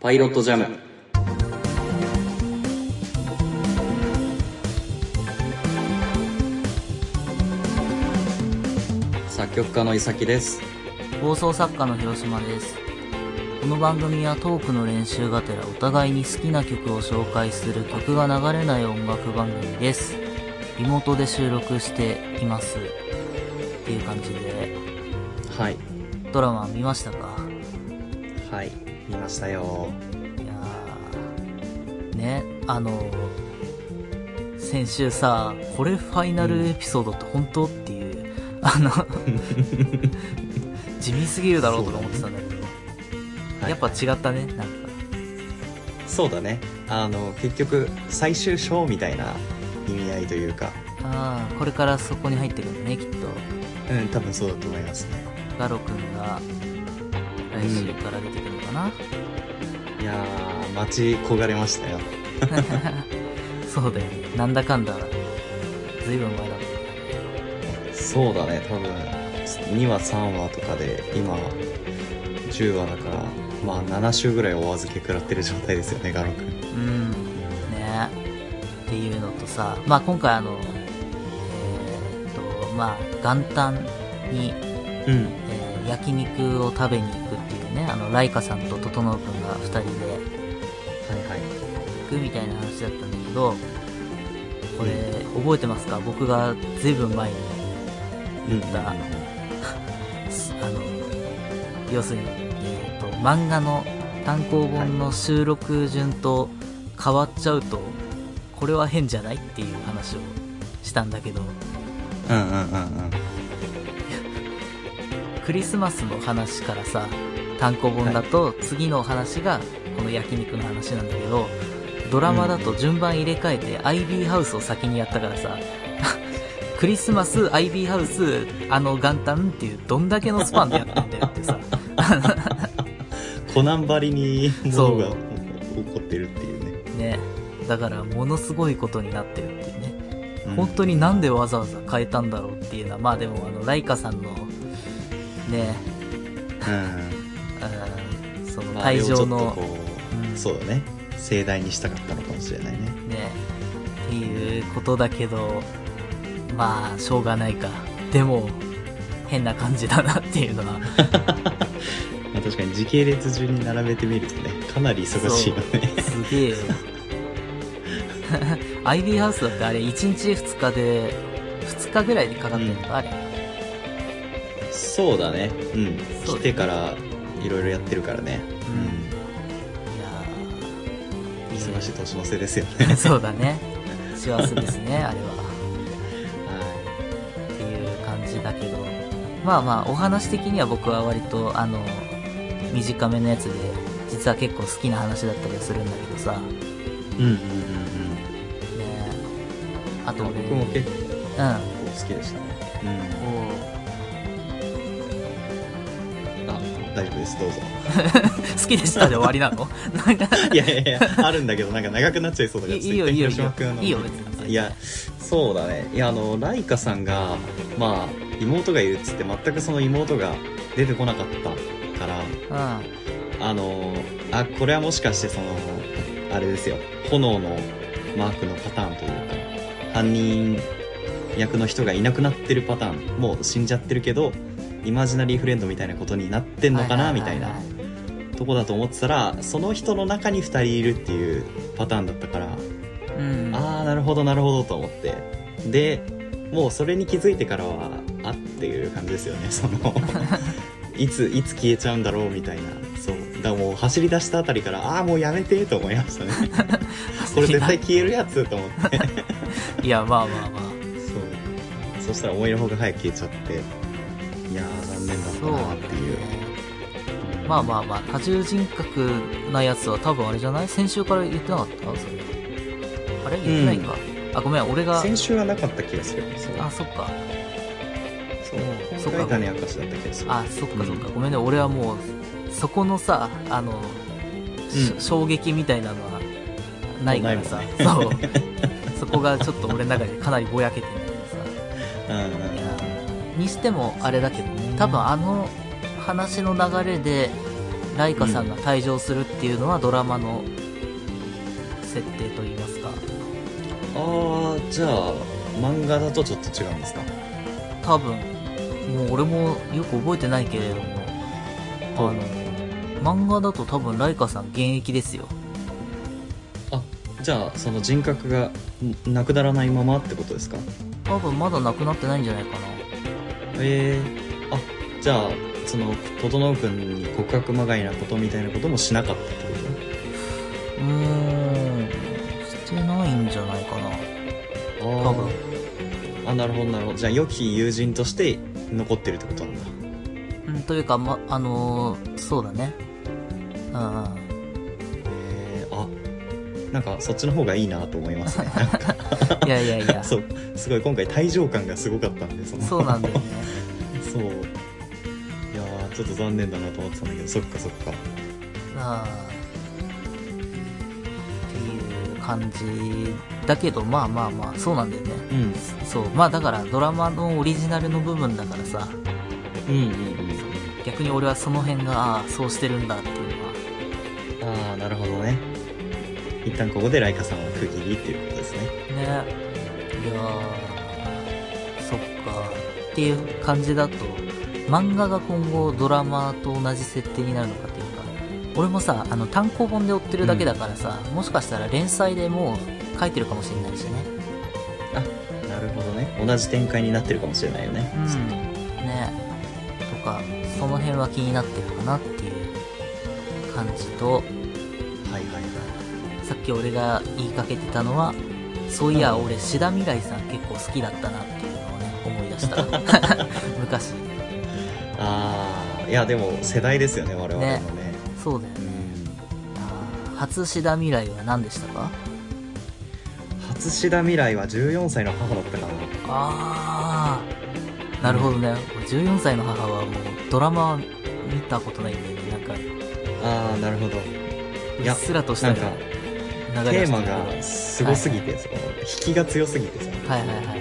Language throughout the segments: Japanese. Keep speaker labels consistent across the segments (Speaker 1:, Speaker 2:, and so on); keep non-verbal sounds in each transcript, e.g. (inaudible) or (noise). Speaker 1: パイロットジャム作曲家の伊崎です
Speaker 2: 放送作家の広島ですこの番組はトークの練習がてらお互いに好きな曲を紹介する曲が流れない音楽番組ですリモートで収録していますっていう感じで
Speaker 1: はい
Speaker 2: ドラマ見ましたか
Speaker 1: はい見ましたよ
Speaker 2: いやーねあの先週さこれファイナルエピソードって本当っていうあの地味すぎるだろうとか思ってたんだけど
Speaker 1: はい
Speaker 2: やっぱ違ったねなんか
Speaker 1: そうだねあの結局最終章みたいな意味合いというか
Speaker 2: ああこれからそこに入ってくるねきっと
Speaker 1: うん多分そうだと思いますね
Speaker 2: ガロ君が来週から出てくるのかな、
Speaker 1: いやー待ち焦がれましたよ
Speaker 2: そうだよねなんだかんだずいぶん前だね
Speaker 1: そうだね多分2話3話とかで今10話だからまあ7週ぐらいお預け食らってる状態ですよねガロ君
Speaker 2: うんねっていうのとさまあ今回あのえーっとまあ元旦に、
Speaker 1: うん
Speaker 2: えー焼肉を食べに行くっていうねあのライカさんと整君が2人で
Speaker 1: はいはい
Speaker 2: 行くみたいな話だったんだけどこれ覚えてますか僕がずいぶん前に
Speaker 1: うん
Speaker 2: だあの要するに、えーっと漫画の単行本の収録順と変わっちゃうと、これは変じゃないっていう話をしたんだけど
Speaker 1: うんうんうんうん
Speaker 2: クリスマスの話からさ単行本だと次の話がこの焼肉の話なんだけどドラマだと順番入れ替えて IB ハウスを先にやったからさ (laughs) クリスマス IB ハウスあの元旦っていうどんだけのスパンでやってんだよってさ
Speaker 1: コナンばりに物が
Speaker 2: そう
Speaker 1: 起こってるっていうね
Speaker 2: ねだからものすごいことになってるっていうね、
Speaker 1: うん
Speaker 2: 本当になんでわざわざ変えたんだろうっていうのはまあでもあのライカさんのね
Speaker 1: うん
Speaker 2: うんその
Speaker 1: まああれ
Speaker 2: 退
Speaker 1: をちょ
Speaker 2: 場
Speaker 1: っと
Speaker 2: の、
Speaker 1: こう
Speaker 2: うん
Speaker 1: そうだね盛大にしたかったのかもしれないね
Speaker 2: ねっていうことだけどまあしょうがないかでも変な感じだなっていうのは
Speaker 1: まあ確かに時系列順に並べてみるとねかなり忙しいよね
Speaker 2: そうすげえよ (laughs) IB ハウスだってあれ1日2日で2日ぐらいでかかってるのか、あれ
Speaker 1: そうだねうん
Speaker 2: そうだね
Speaker 1: 来てからいろいろやってるからね
Speaker 2: いや
Speaker 1: うん忙しい
Speaker 2: い
Speaker 1: 年の瀬ですよね (laughs)
Speaker 2: そうだね幸せですねあれは
Speaker 1: は
Speaker 2: っていう感じだけどまあまあお話的には僕は割とあの短めのやつで実は結構好きな話だったりはするんだけどさね
Speaker 1: いうんうんうん
Speaker 2: あと
Speaker 1: うん
Speaker 2: 俺
Speaker 1: 僕も結構
Speaker 2: うん
Speaker 1: 好きでしたね
Speaker 2: お
Speaker 1: うんあ大丈夫ですどうぞ (laughs)
Speaker 2: 好きでしたで終わりなのなんか
Speaker 1: いやいやいやあるんだけどなんか長くなっちゃいそうだから
Speaker 2: いいいよいいよ
Speaker 1: ちょっと一回広島君の
Speaker 2: いいよ別に
Speaker 1: いやそうだねいやあのライカさんがまあ妹がいるっつって全くその妹が出てこなかったから
Speaker 2: うん
Speaker 1: あのあこれはもしかしてそのあれですよ炎のマークのパターンというか犯人役の人がいなくなってるパターンもう死んじゃってるけどイマジナリーフレンドみたいなことになってんのかなみたい
Speaker 2: は
Speaker 1: な
Speaker 2: はは
Speaker 1: とこだと思ってたらその人の中に2人いるっていうパターンだったから
Speaker 2: いうん
Speaker 1: ああなるほどなるほどと思ってでもうそれに気づいてからはあっていう感じですよね (laughs) そ
Speaker 2: (laughs)
Speaker 1: のいついつ消えちゃうんだろうみたいなそうだからもう走り出したあたりからああーもうやめてと思いましたね
Speaker 2: (laughs)
Speaker 1: これ絶対消えるやつと思って
Speaker 2: いやまあまあまあ
Speaker 1: そうそしたら思いのほか早く消えちゃっていやー残念だったなーっていう
Speaker 2: そうだねまあまあまあ、多重人格なやつは多分あれじゃない先週から言ってなかったそれ。あれ言ってないか、あ、ごめん、俺が、
Speaker 1: 先週はなかった気がするそう
Speaker 2: あ、そっか。
Speaker 1: そう
Speaker 2: そっ
Speaker 1: 今
Speaker 2: か
Speaker 1: 回種明かしだった気がする
Speaker 2: あ、そっかそっか。
Speaker 1: うん
Speaker 2: ごめんね、俺はもう、そこのさ、あの、し
Speaker 1: うん
Speaker 2: 衝撃みたいなのはないからさ、そう。そこがちょっと俺の中でかなりぼやけてるんだけど
Speaker 1: う
Speaker 2: さ。
Speaker 1: んうん
Speaker 2: いやーにしてもあれだけどね多分あの話の流れでライカさんが退場するっていうのはドラマの設定といいますか
Speaker 1: ああじゃあ漫画だとちょっと違うんですか
Speaker 2: 多分もう俺もよく覚えてないけれどもあの漫画だと多分ライカさん現役ですよ
Speaker 1: あじゃあその人格がんなくならないままってことですか
Speaker 2: 多分まだなくなってないんじゃないかな
Speaker 1: えー、あじゃあその整君に告白まがいなことみたいなこともしなかったって
Speaker 2: うーんしてないんじゃないかな
Speaker 1: ことあー
Speaker 2: 多分
Speaker 1: あなるほどなるほどじゃあ良き友人として残ってるってことなんだ
Speaker 2: うんというかまあのーそうだねうん
Speaker 1: えー、あなんかそっちの方がいいなと思いますねなんか
Speaker 2: いやいやいや
Speaker 1: そうすごい今回退場感がすごかったんでその
Speaker 2: そうなんだよね
Speaker 1: (laughs) そういやーちょっと残念だなと思ってたんだけどそっかそっか
Speaker 2: あーっていう感じだけどまあまあまあそうなんだよね
Speaker 1: うん
Speaker 2: そうまあだからドラマのオリジナルの部分だからさ
Speaker 1: うんうんうん
Speaker 2: 逆に俺はその辺がああそうしてるんだっていうのは
Speaker 1: ああなるほどね一旦ここでライカさんは区切りっていうことですね
Speaker 2: ねいやーそっかっていう感じだと漫画が今後ドラマと同じ設定になるのかっていうか俺もさあの単行本で追ってるだけだからさ、もしかしたら連載でもう書いてるかもしれないしね
Speaker 1: なるほどね同じ展開になってるかもしれないよね、
Speaker 2: うんねとかその辺は気になってるかなっていう感じと
Speaker 1: はいはいはい
Speaker 2: さっき俺が言いかけてたのはそういや俺志田未来さん結構好きだったなっていうのをね思い出した
Speaker 1: (laughs)
Speaker 2: 昔
Speaker 1: ああいやでも世代ですよね我々もね
Speaker 2: そうだよ
Speaker 1: う
Speaker 2: ね
Speaker 1: ん
Speaker 2: あー初志田未来は何でしたか
Speaker 1: 初志田未来は14歳の母だったかな
Speaker 2: ああなるほどね、14歳の母はもうドラマは見たことないんだよねなんかう
Speaker 1: ああなるほどいや
Speaker 2: っすらとし
Speaker 1: な
Speaker 2: た
Speaker 1: んか
Speaker 2: 流れ
Speaker 1: テー
Speaker 2: がして
Speaker 1: マ
Speaker 2: るけど
Speaker 1: がすごすぎて、その引きが強すぎてさ
Speaker 2: はいはいはいは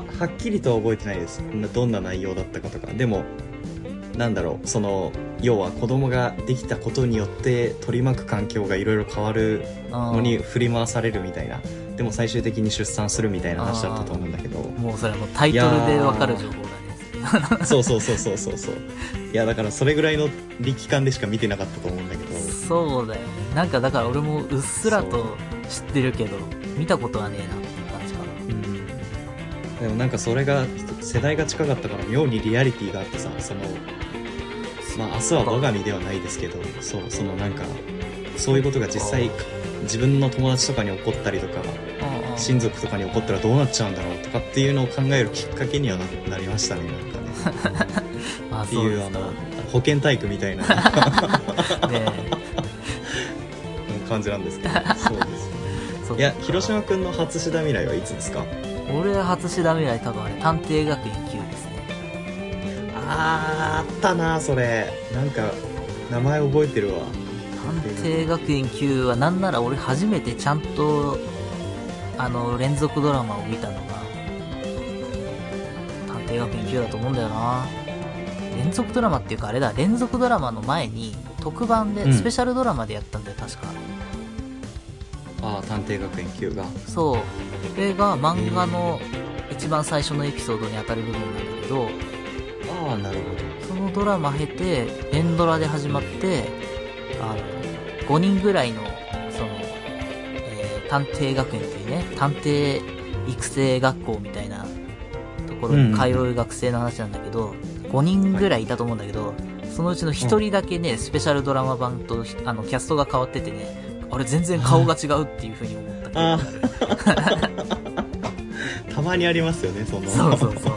Speaker 2: い
Speaker 1: ははっきりとは覚えてないですなどんな内容だったかとかでもなんだろうその要は子供ができたことによって取り巻く環境がいろいろ変わる
Speaker 2: あー
Speaker 1: のに振り回されるみたいなでも最終的に出産するみたいな話だったと思うんだけ
Speaker 2: (laughs)
Speaker 1: ど
Speaker 2: もうそれはもうタイトルでわかる情報だね
Speaker 1: そうそうそうそうそうそういやだからそれぐらいの力感でしか見てなかったと思うんだけど
Speaker 2: そうだよねなんかだから俺もうっすらと知ってるけど見たことはねえなっていう感じかな
Speaker 1: うんでもなんかそれが世代が近かったから妙にリアリティがあってさそのまあ明日は我が身ではないですけどそうそのなんかそういうことが実際自分の友達とかに起こったりとか
Speaker 2: うんうん
Speaker 1: 親族とかに起こったらどうなっちゃうんだろうとかっていうのを考えるきっかけにはななりましたねなんかね
Speaker 2: あ
Speaker 1: って
Speaker 2: そう
Speaker 1: い
Speaker 2: で
Speaker 1: う
Speaker 2: す
Speaker 1: あ
Speaker 2: か
Speaker 1: の保健体育みたいなうん
Speaker 2: ね
Speaker 1: 感じなんですけどそうです
Speaker 2: えそっ
Speaker 1: い
Speaker 2: か
Speaker 1: や広島くんの初志田未来はいつですか
Speaker 2: 俺は初志田未来多分あれ探偵学園級ですね
Speaker 1: あーあったなそれなんか名前覚えてるわ
Speaker 2: 探偵学園級はなんなら俺初めてちゃんとあの連続ドラマを見たのが探偵学園級だと思うんだよな連続ドラマっていうかあれだ連続ドラマの前に特番
Speaker 1: う
Speaker 2: で
Speaker 1: ん
Speaker 2: スペシャルドラマでやったんだよ確か、
Speaker 1: ああ探偵学園級が
Speaker 2: そうこれが漫画の一番最初のエピソードに当たる部分なんだけど
Speaker 1: ああなるほ
Speaker 2: そのドラマ経て連ドラで始まってあの5人ぐらいのその、えー探偵学園というね探偵育成学校みたいなところに通う学生の話なんだけど、5人ぐらいいたと思うんだけど、そのうちの1人だけね、スペシャルドラマ版とひあのキャストが変わっててねあれ全然顔が違うっていうふうに思った記憶がある
Speaker 1: ど (laughs) たまにありますよねその
Speaker 2: そうそうそう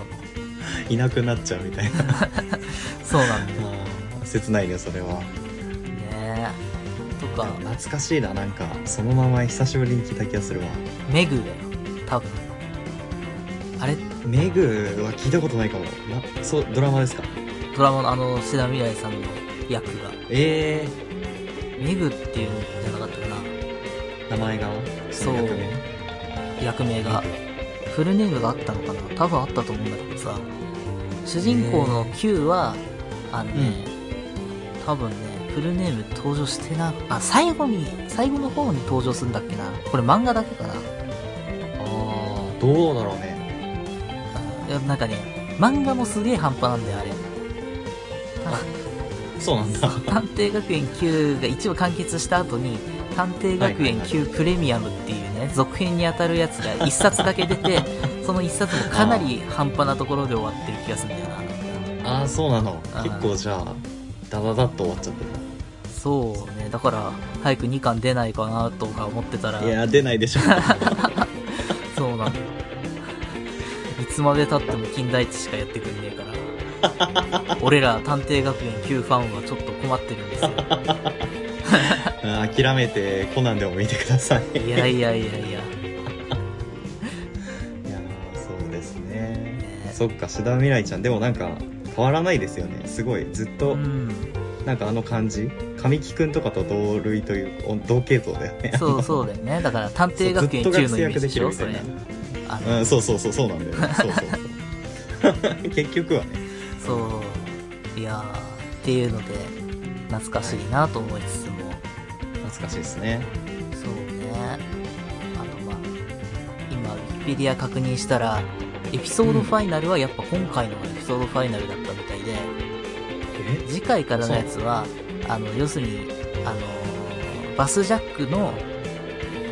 Speaker 1: いなくなっちゃうみたいな
Speaker 2: そうなんだよ
Speaker 1: あー切ないねそれは
Speaker 2: ねとか
Speaker 1: 懐かしいななんかそのまま久しぶりに聞いた気がするわ
Speaker 2: メグだよ多分あれ
Speaker 1: メグは聞いたことないかもなそうドラマですか
Speaker 2: ドラマのあの志田未来さんの役が
Speaker 1: え
Speaker 2: メグっていうんじゃなかったかな
Speaker 1: え名前が
Speaker 2: そう
Speaker 1: 役名
Speaker 2: 役名がフルネームがあったのかな多分あったと思うんだけどさ主人公の Q はあのね、多分ね、フルネーム登場してな、あ、最後に、最後の方に登場するんだっけな。これ漫画だけかな。
Speaker 1: ああどうだろうね
Speaker 2: うんいや、なんかね、漫画もすげえ半端なんだよ、あれ。
Speaker 1: そうなんだ (laughs)
Speaker 2: 探偵学園9が一部完結した後に「探偵学
Speaker 1: はい
Speaker 2: 園
Speaker 1: はい
Speaker 2: 9プレミアム」っていうね続編に当たるやつが1冊だけ
Speaker 1: (laughs)
Speaker 2: 出てその1冊もかなり半端なところで終わってる気がするんだよな
Speaker 1: ああそうなの
Speaker 2: あー
Speaker 1: 結構じゃあダダダッと終わっちゃって
Speaker 2: そうねだから早く2巻出ないかなとか思ってたら
Speaker 1: たいやー出ないでしょ (laughs)
Speaker 2: そうなんだいつまでたっても金田一しかやってくんねえから
Speaker 1: (laughs)
Speaker 2: 俺ら探偵学園9ファンはちょっと困ってるんですよ
Speaker 1: あー諦めてコナンでも見てください
Speaker 2: い
Speaker 1: い
Speaker 2: やいやいやいや
Speaker 1: やーそうですね
Speaker 2: ね
Speaker 1: そっか志田未来ちゃんでもなんか変わらないですよねすごいずっと
Speaker 2: うん
Speaker 1: なんかあの感じ神木くんとかと同類というお同系統だよ (laughs) ね
Speaker 2: そうそうだよね。だから、探
Speaker 1: そ
Speaker 2: 偵
Speaker 1: うずっ
Speaker 2: 学園
Speaker 1: と
Speaker 2: 9の
Speaker 1: 活
Speaker 2: イメー
Speaker 1: 躍
Speaker 2: ジで
Speaker 1: でき
Speaker 2: し
Speaker 1: る
Speaker 2: ょ、
Speaker 1: みた
Speaker 2: そ
Speaker 1: い
Speaker 2: れ
Speaker 1: な。
Speaker 2: あの、
Speaker 1: うん、そうそうそうそうなんだよねそうそうそう (laughs) 結局はね
Speaker 2: そう。いやー、っていうので、懐かしいなと思いつつも、
Speaker 1: 懐かしいですね
Speaker 2: そうね。あとまあ、今、ウィキペディア確認したら、エピソードファイナルはやっぱ今回のエピソードファイナルだったみたいで、
Speaker 1: え
Speaker 2: 次回からのやつは、あの、要するに、あのーバスジャックの、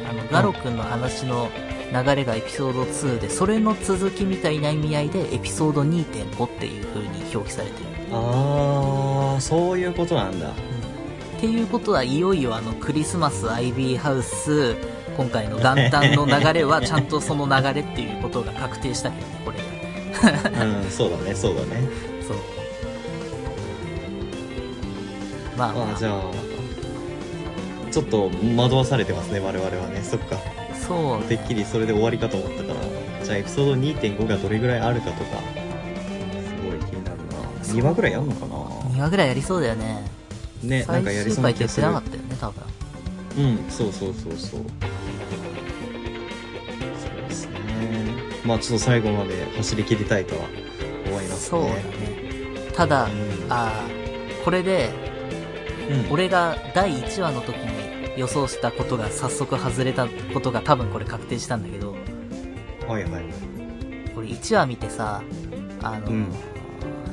Speaker 2: あの、ガロ君の話の流れがエピソード2で、それの続きみたいな意味合いで、エピソード2.5っていう風に表記されてる。
Speaker 1: ああそういうことなんだ
Speaker 2: っていうことはいよいよあの、クリスマス、アイビーハウス、今回の元旦の流れは、ちゃんとその流れっていうことが確定したけどね、これで。
Speaker 1: うんそうだねそうだね
Speaker 2: そう。まあ、ま
Speaker 1: あ
Speaker 2: あ
Speaker 1: じゃあちょっと惑わされてますね我々はねそっか
Speaker 2: そうね
Speaker 1: てっきりそれで終わりかと思ったからじゃあエピソード2.5がどれぐらいあるかとかすごい気になるな
Speaker 2: そう
Speaker 1: 2話ぐらいやんのかな
Speaker 2: 2話ぐらいやりそうだよね。
Speaker 1: ねなんかやりそ
Speaker 2: 最
Speaker 1: う
Speaker 2: 終
Speaker 1: な
Speaker 2: 回
Speaker 1: 気が
Speaker 2: 決
Speaker 1: する
Speaker 2: 定なかったよね、多分。
Speaker 1: うんそうそうそうそうそうですねまあちょっと最後まで走り切りたいとは思います
Speaker 2: そうだね
Speaker 1: ね。
Speaker 2: ただ、
Speaker 1: うん
Speaker 2: あーこれで、
Speaker 1: うん
Speaker 2: 俺が第1話の時に予想したことが早速外れたことが多分これ確定したんだけど、
Speaker 1: はいはい
Speaker 2: これ1話見てさ、あの、
Speaker 1: うん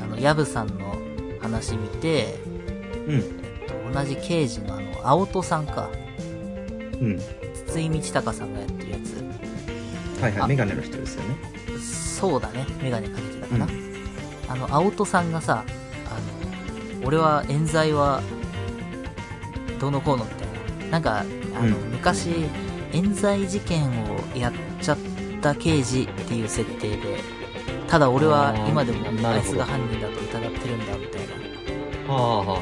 Speaker 2: あの、ヤブさんの話見て、
Speaker 1: うん
Speaker 2: えっと同じ刑事のあの、青戸さんか、
Speaker 1: うん
Speaker 2: 筒井道隆さんがやってるやつ。
Speaker 1: はいはい
Speaker 2: あ
Speaker 1: メガネの人ですよね
Speaker 2: そうだね、メガネかけてたかな。
Speaker 1: うん
Speaker 2: あの、青戸さんがさ、あの、俺は冤罪は、どうのこうのみたいな。なんか、あの、
Speaker 1: うん
Speaker 2: 昔、冤罪事件をやっちゃった刑事っていう設定で、ただ俺は
Speaker 1: あー
Speaker 2: 今でも
Speaker 1: な
Speaker 2: あ
Speaker 1: る
Speaker 2: い
Speaker 1: ほ
Speaker 2: つ
Speaker 1: ど
Speaker 2: が犯人だと疑ってるんだみたいな
Speaker 1: はあはあは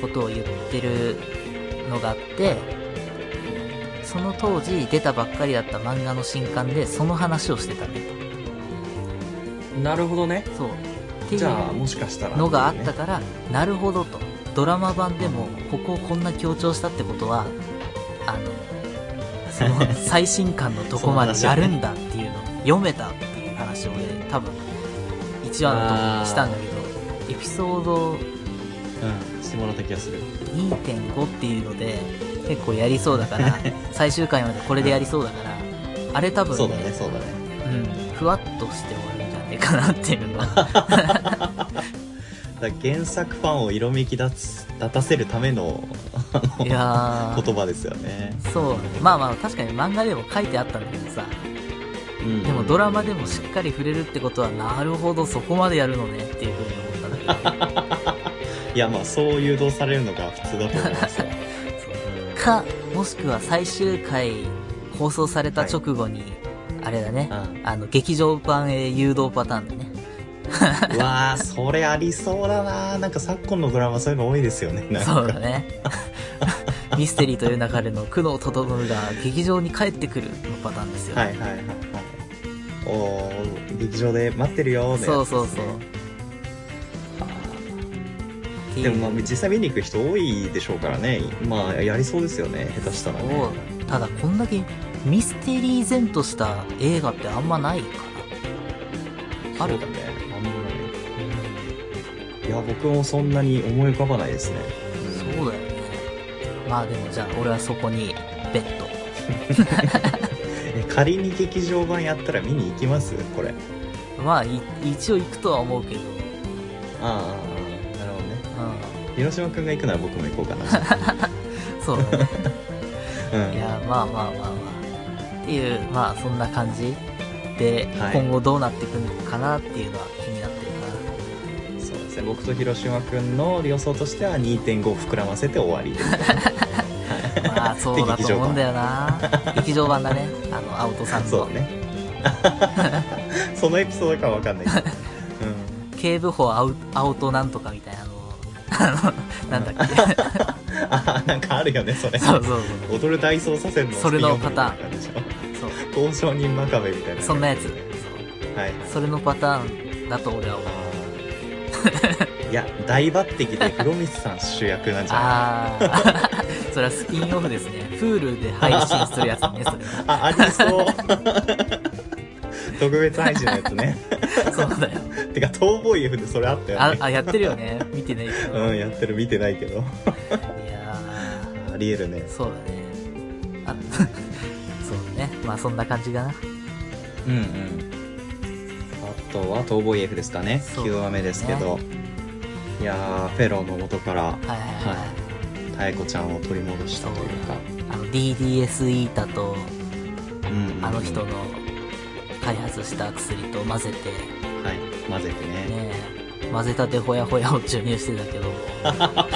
Speaker 2: ことを言ってるのがあって、その当時出たばっかりだった漫画の新刊でその話をしてたね。
Speaker 1: あなるほどね
Speaker 2: そう。っていう
Speaker 1: じゃあもしかしたら
Speaker 2: のがあったから、なるほどと。ドラマ版でも、ここをこんな強調したってことは、あの、そ
Speaker 1: (laughs)
Speaker 2: の最新刊のとこまでやるんだっていうのを読めたっていう話を俺、多分、1話のとこにしたんだけど、エピソード
Speaker 1: うんしてもらった気がする
Speaker 2: 2.5っていうので、結構やりそう
Speaker 1: (laughs)
Speaker 2: だから、最終回までこれでやりそうだから、あれ多分、
Speaker 1: そうだねそうだね
Speaker 2: うん、ふわっとして終わるんじゃねえかなっていうの
Speaker 1: (laughs)
Speaker 2: は、
Speaker 1: だから原作ファンを色めき立つ立たせるためのあの
Speaker 2: いやー。
Speaker 1: 言葉ですよね、
Speaker 2: そうまあまあ確かに漫画でも書いてあったんだけどさ
Speaker 1: うん
Speaker 2: でもドラマでもしっかり触れるってことはなるほどそこまでやるのねっていうふうに思ったん
Speaker 1: (laughs)
Speaker 2: だけど
Speaker 1: いやまあそう誘導されるのが普通だと思います
Speaker 2: (laughs)
Speaker 1: よ
Speaker 2: そうかもしくは最終回放送された直後に、あれだね
Speaker 1: うん
Speaker 2: あの劇場版へ誘導パター
Speaker 1: (laughs)
Speaker 2: ンだね
Speaker 1: うわあそれありそうだななんか昨今のドラマそういうの多いですよねなんか
Speaker 2: そうだね (laughs) ミステリーという流れの久能整が劇場に帰ってくるのパターンですよ、
Speaker 1: はいはいはいはいおー劇場で待ってるよーね
Speaker 2: そうそうそうってい
Speaker 1: で
Speaker 2: う
Speaker 1: もまあ実際見に行く人多いでしょうからねまあやりそうですよね下手したらね
Speaker 2: そうただこんだけミステリー前とした映画ってあんまないかなある
Speaker 1: そうだねあんまりいやや僕もそんなに思い浮かばないですね、うん
Speaker 2: そうだよね。まあでもじゃあ俺はそこにベッド。
Speaker 1: え仮に劇場版やったら見に行きますこれ
Speaker 2: まあい一応行くとは思うけど、
Speaker 1: ああなるほどね
Speaker 2: う
Speaker 1: 広島くんが行くなら僕も行こうか (laughs) な、
Speaker 2: ん。そう
Speaker 1: (laughs)
Speaker 2: だね。
Speaker 1: うん、
Speaker 2: いや、まあまあまあまあ。っていう、まあそんな感じで、
Speaker 1: はい
Speaker 2: 今後どうなっていくのかなっていうのは気になってるかな。
Speaker 1: そうですね僕と広島くんの予想としては2.5膨らませて終わりで
Speaker 2: まあそうだと思うんだ
Speaker 1: (laughs)
Speaker 2: よな劇場版だねあの青戸さんと
Speaker 1: そうね (laughs) そのエピソードかは分かんない (laughs) けど、
Speaker 2: 警部補青青戸なんとかみたいなあのあのなんだっ
Speaker 1: (laughs)
Speaker 2: け
Speaker 1: うん、あなんかあるよねそれ
Speaker 2: そうそう
Speaker 1: 踊る大捜査線の
Speaker 2: それのパターン
Speaker 1: スピンオフみたいな感じで
Speaker 2: そうそ
Speaker 1: しょ交渉人真壁みたいな
Speaker 2: うそんなやつそ
Speaker 1: はいう
Speaker 2: それのパターンだと俺は思う
Speaker 1: いや大抜擢で黒光さん主役なんじゃない
Speaker 2: ああ (laughs) それはスピンオフですね Hulu で配信するやつねそれ (laughs) は
Speaker 1: あありそう特別配信のやつね (laughs)
Speaker 2: そうだよ
Speaker 1: てか逃亡湯でそれあったよ
Speaker 2: あ
Speaker 1: ね
Speaker 2: あやってるよね見てないけど、
Speaker 1: う
Speaker 2: い
Speaker 1: んやってる見てないけど
Speaker 2: や
Speaker 1: ありえるね
Speaker 2: ーそうだねあ (laughs) そうだねまあそんな感じかな
Speaker 1: うんうんあとは逃亡 EF ですかね
Speaker 2: そう
Speaker 1: 9話目ですけど、いやーフェローの元から
Speaker 2: はいはいはい、はい
Speaker 1: 妙子ちゃんを取り戻したというか
Speaker 2: あの DDS イータと
Speaker 1: うんうんうん
Speaker 2: あの人の開発した薬と混ぜて
Speaker 1: はい混ぜてね
Speaker 2: ね混ぜたてほやほやを注入してた
Speaker 1: (laughs)
Speaker 2: けどあ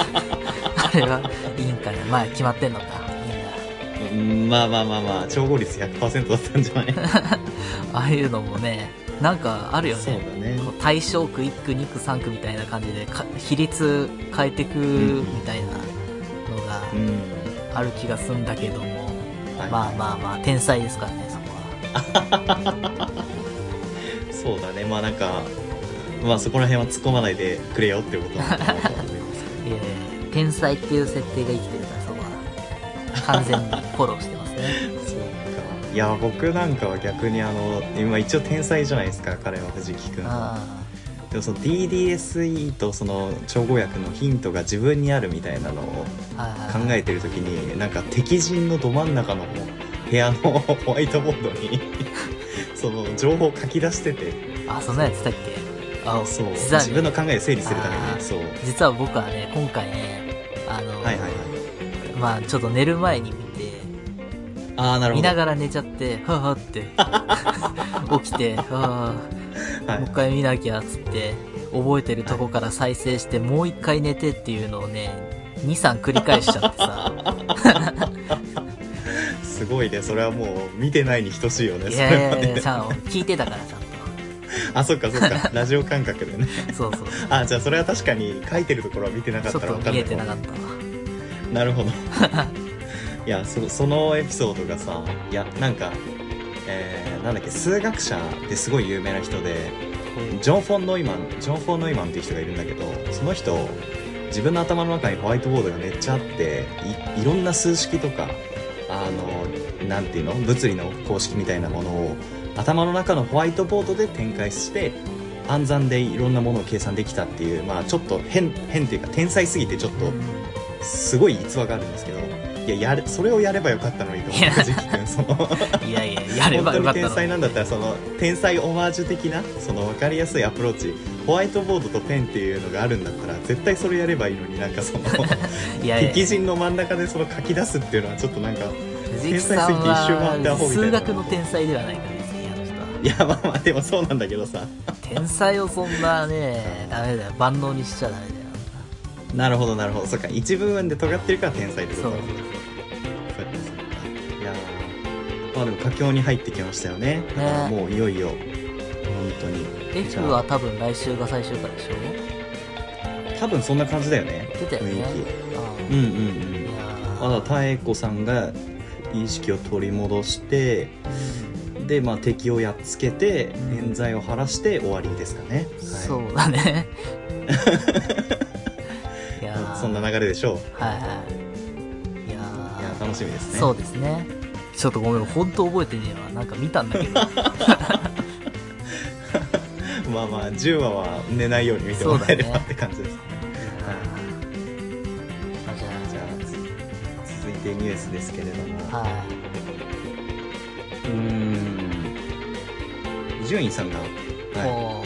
Speaker 2: れはいいんかねまあ決まってんのかいいん
Speaker 1: うんまあまあまあまあ調合率100%だったんじゃない
Speaker 2: だああいうのもねなんかあるよ
Speaker 1: そうだ
Speaker 2: ね
Speaker 1: ね
Speaker 2: こう対象区1区2区3区みたいな感じでか比率変えてくみたいなのが
Speaker 1: うん
Speaker 2: ある気がすんだけども、
Speaker 1: はい
Speaker 2: まあまあまあ天才ですからねそこ
Speaker 1: そうだねまあなんかまあそこら辺は突っ込まないでくれよってことなんだなと思いますけ
Speaker 2: はいやいや天才っていう設定が生きてるからそこは完全にフォローして
Speaker 1: (laughs)
Speaker 2: ますね
Speaker 1: どそうかいや僕なんかは逆にあの今一応天才じゃないですか彼は藤木君は
Speaker 2: あ
Speaker 1: でもその DDSE とその調合薬のヒントが自分にあるみたいなのを
Speaker 2: あはい
Speaker 1: 考
Speaker 2: はい
Speaker 1: えてる時になんか敵陣のど真ん中の部屋の (laughs) ホワイトボードに (laughs) その情報を書き出してて
Speaker 2: あそんなやつだっけあ
Speaker 1: そう
Speaker 2: 実は
Speaker 1: 自分
Speaker 2: ね
Speaker 1: の考えを整理するために
Speaker 2: あー
Speaker 1: ねそう
Speaker 2: 実は僕はね今回ねあの、
Speaker 1: はいはいはい
Speaker 2: まあちょっと寝る前に見て
Speaker 1: ああなる
Speaker 2: 見
Speaker 1: ほど
Speaker 2: ながら寝ちゃってはぁは
Speaker 1: (laughs)
Speaker 2: ぁって起きてはぁはぁ
Speaker 1: はい
Speaker 2: もう一回見なきゃっつって覚えてるとこから再生してもう一回寝てっていうのをね23繰り返しちゃっ
Speaker 1: (laughs)
Speaker 2: てさ
Speaker 1: すごいねそれはもう見てないに等しいよね
Speaker 2: い
Speaker 1: それ
Speaker 2: や
Speaker 1: はい
Speaker 2: やいや
Speaker 1: ね
Speaker 2: ちゃん聞いてたからちゃんと
Speaker 1: (laughs) あそっかそっか
Speaker 2: (laughs)
Speaker 1: ラジオ感覚でね
Speaker 2: そうそう
Speaker 1: あじゃあそれは確かに書いてるところは見てなかっ
Speaker 2: ちょ
Speaker 1: た
Speaker 2: っ
Speaker 1: ら
Speaker 2: と
Speaker 1: 分かん
Speaker 2: 見
Speaker 1: な
Speaker 2: え
Speaker 1: い
Speaker 2: てなかったわ。
Speaker 1: なるほど
Speaker 2: (laughs)
Speaker 1: いやそそのエピソードがさいやなんかえー、なんだっけ数学者ですごい有名な人でジョン・フォン・ノイマンジョン・フォン・ノイマンっていう人がいるんだけどその人自分の頭の中にホワイトボードがめっちゃあっていいろんな数式とかあのなんていうの物理の公式みたいなものを頭の中のホワイトボードで展開して暗算でいろんなものを計算できたっていうまあちょっと変変っていうか天才すぎてちょっとすごい逸話があるんですけどいややれそれをやればよかったのにと思っ
Speaker 2: いや
Speaker 1: て藤木君その。
Speaker 2: いやいや、やればよ
Speaker 1: 本
Speaker 2: か
Speaker 1: 当
Speaker 2: っ
Speaker 1: に天
Speaker 2: た
Speaker 1: 才
Speaker 2: の。
Speaker 1: なんだったらその天才オマージュ的なその分かりやすいアプローチホワイトボードとペンっていうのがあるんだったら絶対それやればいいのになんかその
Speaker 2: (laughs) いやいや、
Speaker 1: 敵陣の真ん中でその書き出すっていうのはちょっとなんか (laughs)
Speaker 2: 藤木さんは数学の天才ではないからですね、あの人はい
Speaker 1: やまあまあでもそうなんだけどさ
Speaker 2: 天才をそんなね、ダメだよ。万能にしちゃダメだよ。
Speaker 1: なるほどなるほどそっか一部分で尖ってるから天才ってこと
Speaker 2: そう
Speaker 1: だもんねそっかそっかいやーまあでも佳境に入ってきましたよねだからもういよいよ本当に
Speaker 2: F は多分来週が最終回でしょ
Speaker 1: 多分そんな感じだよね
Speaker 2: 出たよね。
Speaker 1: 雰囲
Speaker 2: あ
Speaker 1: 気うんうんうん
Speaker 2: ーいやー
Speaker 1: まだ妙子さんが意識を取り戻してで、まあ、敵をやっつけて
Speaker 2: うん
Speaker 1: 冤罪を晴らして終わりですかね、はい
Speaker 2: そうだ
Speaker 1: (laughs)
Speaker 2: ね。いやー
Speaker 1: そんな流れでしょう
Speaker 2: はいはい。い
Speaker 1: い
Speaker 2: や
Speaker 1: や
Speaker 2: ー
Speaker 1: 楽しみですね
Speaker 2: そうですね。ち
Speaker 1: (laughs)
Speaker 2: ょっとごめん、本当覚えてねえわ。なんか見たんだけど。
Speaker 1: まあまあ10話は寝ないように見てもらえればって感じです、
Speaker 2: まあじ
Speaker 1: じゃ
Speaker 2: ゃ
Speaker 1: あ続いてニュースですけれども
Speaker 2: あはい、
Speaker 1: うーん伊集院さんが、は
Speaker 2: も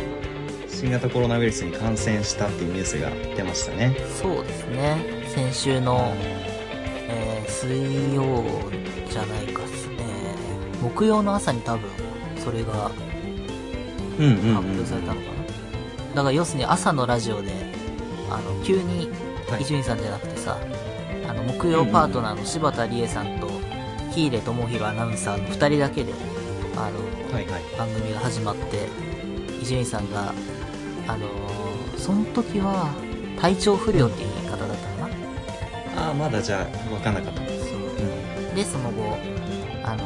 Speaker 2: う
Speaker 1: い、新型コロナウイルスに感染したっていうニュースが出ましたね
Speaker 2: そうですね先週の、えー水曜じゃないかっす、えー木曜の朝に多分それが
Speaker 1: うんうん
Speaker 2: 発表されたのかな、だから要するに朝のラジオであの急に
Speaker 1: はい
Speaker 2: 伊集院さんじゃなくてさ、あの木曜パートナーの柴田理恵さんと喜入智弘アナウンサーの2人だけであの、
Speaker 1: はいはい
Speaker 2: 番組が始まって伊集院さんがあのーその時は体調不良っていう言い方だったかな
Speaker 1: ああまだじゃあ分かんなかった
Speaker 2: そう
Speaker 1: う
Speaker 2: でその後あのまあ、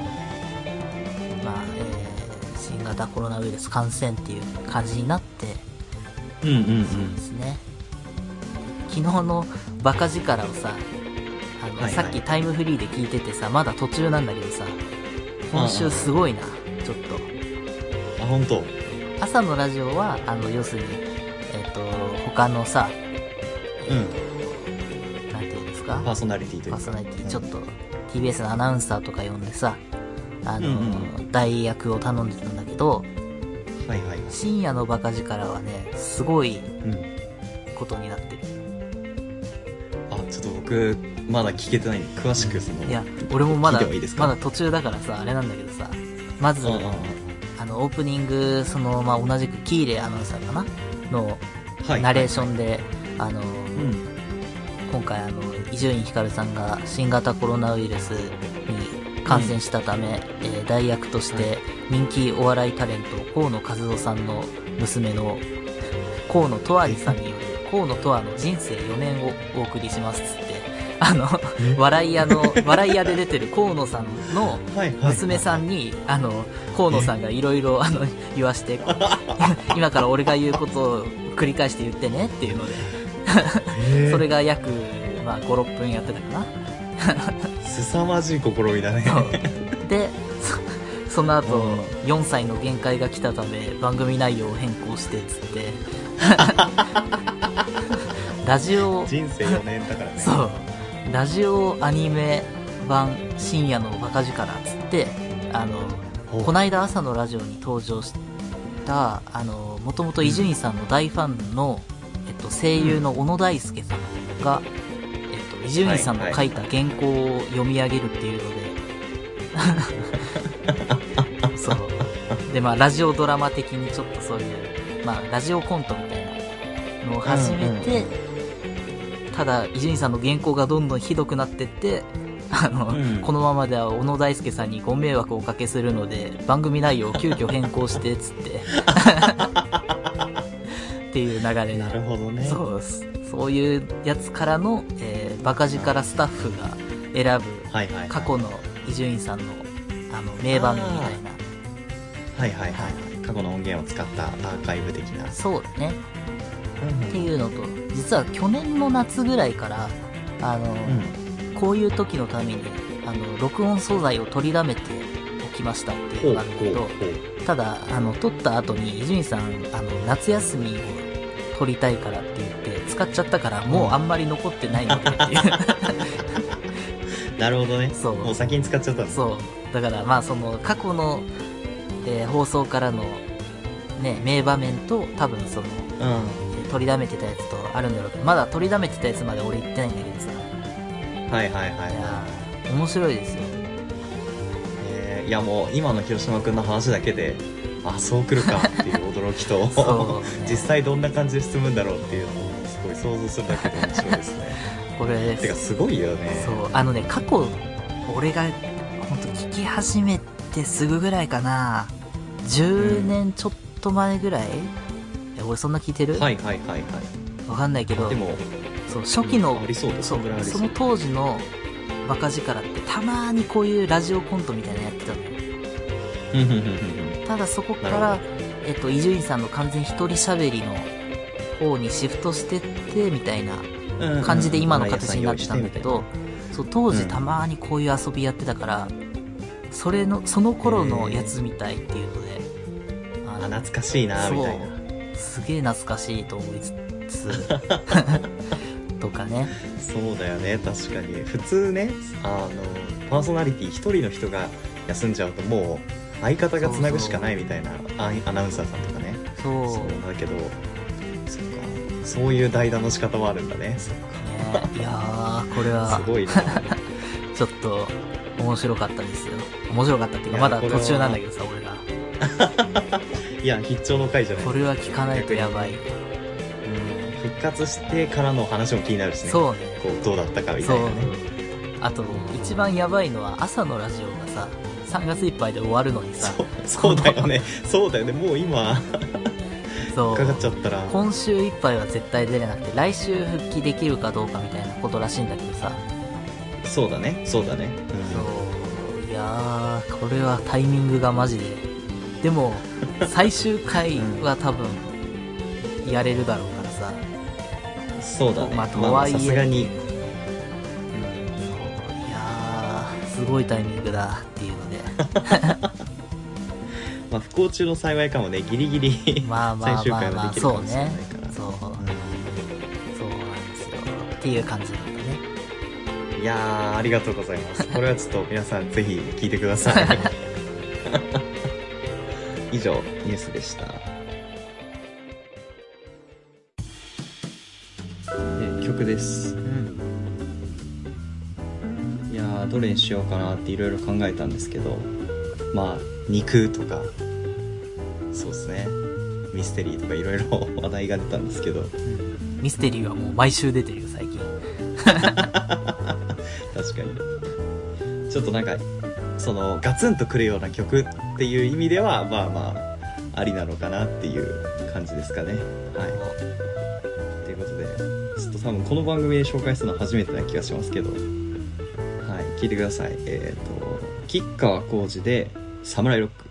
Speaker 2: えー新型コロナウイルス感染っていう感じになって
Speaker 1: んうんうんうん
Speaker 2: ですね昨日のバカ力をさあ
Speaker 1: は
Speaker 2: の、
Speaker 1: いはい
Speaker 2: さっきタイムフリーで聞いててさまだ途中なんだけどさ今週すごいなちょっと
Speaker 1: あ本当
Speaker 2: 朝のラジオはあの要するにえっ、と他のさ
Speaker 1: うん
Speaker 2: なんていうんですか
Speaker 1: パーソナリティという
Speaker 2: パ
Speaker 1: か
Speaker 2: ーソナリティちょっと TBS のアナウンサーとか呼んでさあの、
Speaker 1: うん
Speaker 2: 代役を頼んでたんだけど
Speaker 1: はいはいはい
Speaker 2: 深夜のバカ力はねすごい
Speaker 1: うん
Speaker 2: ことになってる
Speaker 1: あちょっと僕まだ聞けてない詳しくその
Speaker 2: いや俺もまだ
Speaker 1: 聞いてもいいですか
Speaker 2: まだ途中だからさあれなんだけどさまず、
Speaker 1: うんうんうん
Speaker 2: あのオープニングその、まあ、同じくキーレアナウンサーかなの
Speaker 1: はい
Speaker 2: ナレーションで、あの、
Speaker 1: うん
Speaker 2: 今回あの伊集院光さんが新型コロナウイルスに感染したため、えー代役とし
Speaker 1: は
Speaker 2: て人気お笑いタレント河野和夫さんの娘の河野とわりさんによる河野とわの人生4年をお送りしますっつってあの
Speaker 1: え
Speaker 2: 笑い屋の笑い屋で出てる河野さんの
Speaker 1: はいはい
Speaker 2: 娘さんに、あの、河野さんがいろいろ、あの、言わして、こう今から俺が言うことを繰り返して言ってねっていうので、それ
Speaker 1: が
Speaker 2: が約、まあ、5、6分やってたかな。
Speaker 1: 凄まじい試みだね
Speaker 2: で、そその後、
Speaker 1: うん
Speaker 2: 4歳の限界が来たため、番組内容を変更して、つって、ラジオ、
Speaker 1: 人生4年だからね
Speaker 2: そう、ラジオアニメ版深夜のバカ力っつって、あの、
Speaker 1: お
Speaker 2: こないだ朝のラジオに登場した、あの、もともと伊集院さんの大ファンの、えっと、声優の小野大輔さんが、えっと、伊集院さんの書いた原稿を読み上げるっていうので、そう。で、まあ、ラジオドラマ的にちょっとそういう、まあ、ラジオコントみたいなのを始めて、ただ、伊集院さんの原稿がどんどんひどくなってって、あの、
Speaker 1: うん
Speaker 2: このままでは小野大輔さんにご迷惑をおかけするので、番組内容を急遽変更して、
Speaker 1: (laughs)
Speaker 2: つって。っていう流れ
Speaker 1: なるほどね
Speaker 2: そうすそういうやつからの、えー、バカ力スタッフが選ぶ
Speaker 1: はいはいはい
Speaker 2: 過去の伊集院さんのあの名場面みたいな
Speaker 1: はいはいはい過去の音源を使ったアーカイブ的な
Speaker 2: そうだね
Speaker 1: うん
Speaker 2: っていうのと実は去年の夏ぐらいからあの、
Speaker 1: うん
Speaker 2: こういう時のためにあの録音素材を取りだめておきましたって
Speaker 1: ほ
Speaker 2: いうの
Speaker 1: う
Speaker 2: があるんだけ
Speaker 1: ほう
Speaker 2: ど
Speaker 1: ほう
Speaker 2: ただあの撮った後に伊集院さんあの夏休みを取りたいからって言って使っちゃったからもうあんまり残ってないのでっていう
Speaker 1: なるほどね
Speaker 2: そう
Speaker 1: もう先に使っちゃったんです
Speaker 2: そう。だからまあその過去の、えー放送からのね、名場面と多分その、
Speaker 1: うんは
Speaker 2: えー取りだめてたやつとあるんだろうけど、まだ取りだめてたやつまで俺言ってないんだけどさ。い
Speaker 1: いはいはいは
Speaker 2: やー面白いですよ。
Speaker 1: いえーいやもう今の広島君の話だけであそうくる
Speaker 2: (laughs)
Speaker 1: かっていう驚きと
Speaker 2: そうね
Speaker 1: (laughs) 実際どんな感じで進むんだろうっていうのをすごい想像するだけで面白いですね
Speaker 2: (laughs) これ、
Speaker 1: てかすごいよね
Speaker 2: そう、あのね、過去、俺がほんと聞き始めてすぐぐらいかな、10年ちょっと前ぐらい、え俺そんな聞いてる、
Speaker 1: はいはいはいはい
Speaker 2: わかんないけど
Speaker 1: で、も
Speaker 2: そう初期の
Speaker 1: うんありそうだ
Speaker 2: そ
Speaker 1: そんぐらいあ
Speaker 2: う
Speaker 1: り
Speaker 2: そ
Speaker 1: そう
Speaker 2: の当時のバカ力ってたまーにこういうラジオコントみたいなのやってたのよ
Speaker 1: うんうんうんうん
Speaker 2: ただそこ
Speaker 1: な
Speaker 2: から
Speaker 1: る
Speaker 2: えっと伊集院さんの完全一人喋りの方にシフトしてってみたいな
Speaker 1: うんうん
Speaker 2: 感じで今の形になってたんだけど、そう当時
Speaker 1: うん
Speaker 2: たまーにこういう遊びやってたから、それのその頃のやつみたいっていうので、あ
Speaker 1: あ
Speaker 2: の
Speaker 1: 懐かしいなみたいな
Speaker 2: そうすげえ懐かしいと思いつつ (laughs) とかね
Speaker 1: そうだよね確かに普通ねあのパーソナリティ一人の人が休んじゃうともう相方がつなぐしかないみたいなアンアナウンサーさんとかね
Speaker 2: そう
Speaker 1: そうだけどそっかそういう代打の仕方もあるんだねそっ
Speaker 2: ねいやーこれ
Speaker 1: か
Speaker 2: は
Speaker 1: すごいね
Speaker 2: ちょっと面白かったですよ面白かったっていうか
Speaker 1: いや
Speaker 2: まだ途中なんだけどさ俺が
Speaker 1: いや必聴の回じゃない
Speaker 2: これは聞かないとやばい、
Speaker 1: うん復活してからの話も気になるしね
Speaker 2: そうね
Speaker 1: こうどうだったかみ
Speaker 2: そ
Speaker 1: た
Speaker 2: う
Speaker 1: いなね
Speaker 2: あと一番やばいのは朝のラジオがさ3月いっぱいで終わるのにさ
Speaker 1: そうそうだよねそうだよねもう今
Speaker 2: そう
Speaker 1: かかっちゃったら
Speaker 2: 今週いっぱいは絶対出れなくて来週復帰できるかどうかみたいなことらしいんだけどさ
Speaker 1: そうだねそうだね、
Speaker 2: そういやーこれはタイミングがマジででも最終回は多分やれるだろうからさ、
Speaker 1: うん、そうだね
Speaker 2: ま
Speaker 1: ま
Speaker 2: あ
Speaker 1: あ
Speaker 2: と
Speaker 1: ま
Speaker 2: は
Speaker 1: あ
Speaker 2: いえ
Speaker 1: さすがに
Speaker 2: いやーすごいタイミングだっていうので
Speaker 1: まあ、不幸中の幸いかもねギリギリ
Speaker 2: (laughs) まあまあ
Speaker 1: 最終
Speaker 2: まあ
Speaker 1: 回
Speaker 2: ま
Speaker 1: は
Speaker 2: あ
Speaker 1: できるか
Speaker 2: そう
Speaker 1: もしれない
Speaker 2: ね
Speaker 1: から
Speaker 2: そうそうなんですよっていう感じなんだね
Speaker 1: うんいやーありがとうございますこれはちょっと皆さんぜひ聞いてください (laughs) 以上ニュースでしたえ曲です
Speaker 2: うん
Speaker 1: いやーどれにしようかなっていろいろ考えたんですけどまあ肉とかそうですねミステリーとかいろいろ (laughs) 話題が出たんですけど
Speaker 2: ミステリーはもう毎週出てるよ最近
Speaker 1: 確かにちょっとなんかそのガツンとくるような曲っていう意味ではまあまあありなのかなっていう感じですかねはいということでちょっと多分この番組で紹介するのは初めてな気がしますけどはい聞いてくださいえっ、と吉川晃司で「サムライロック」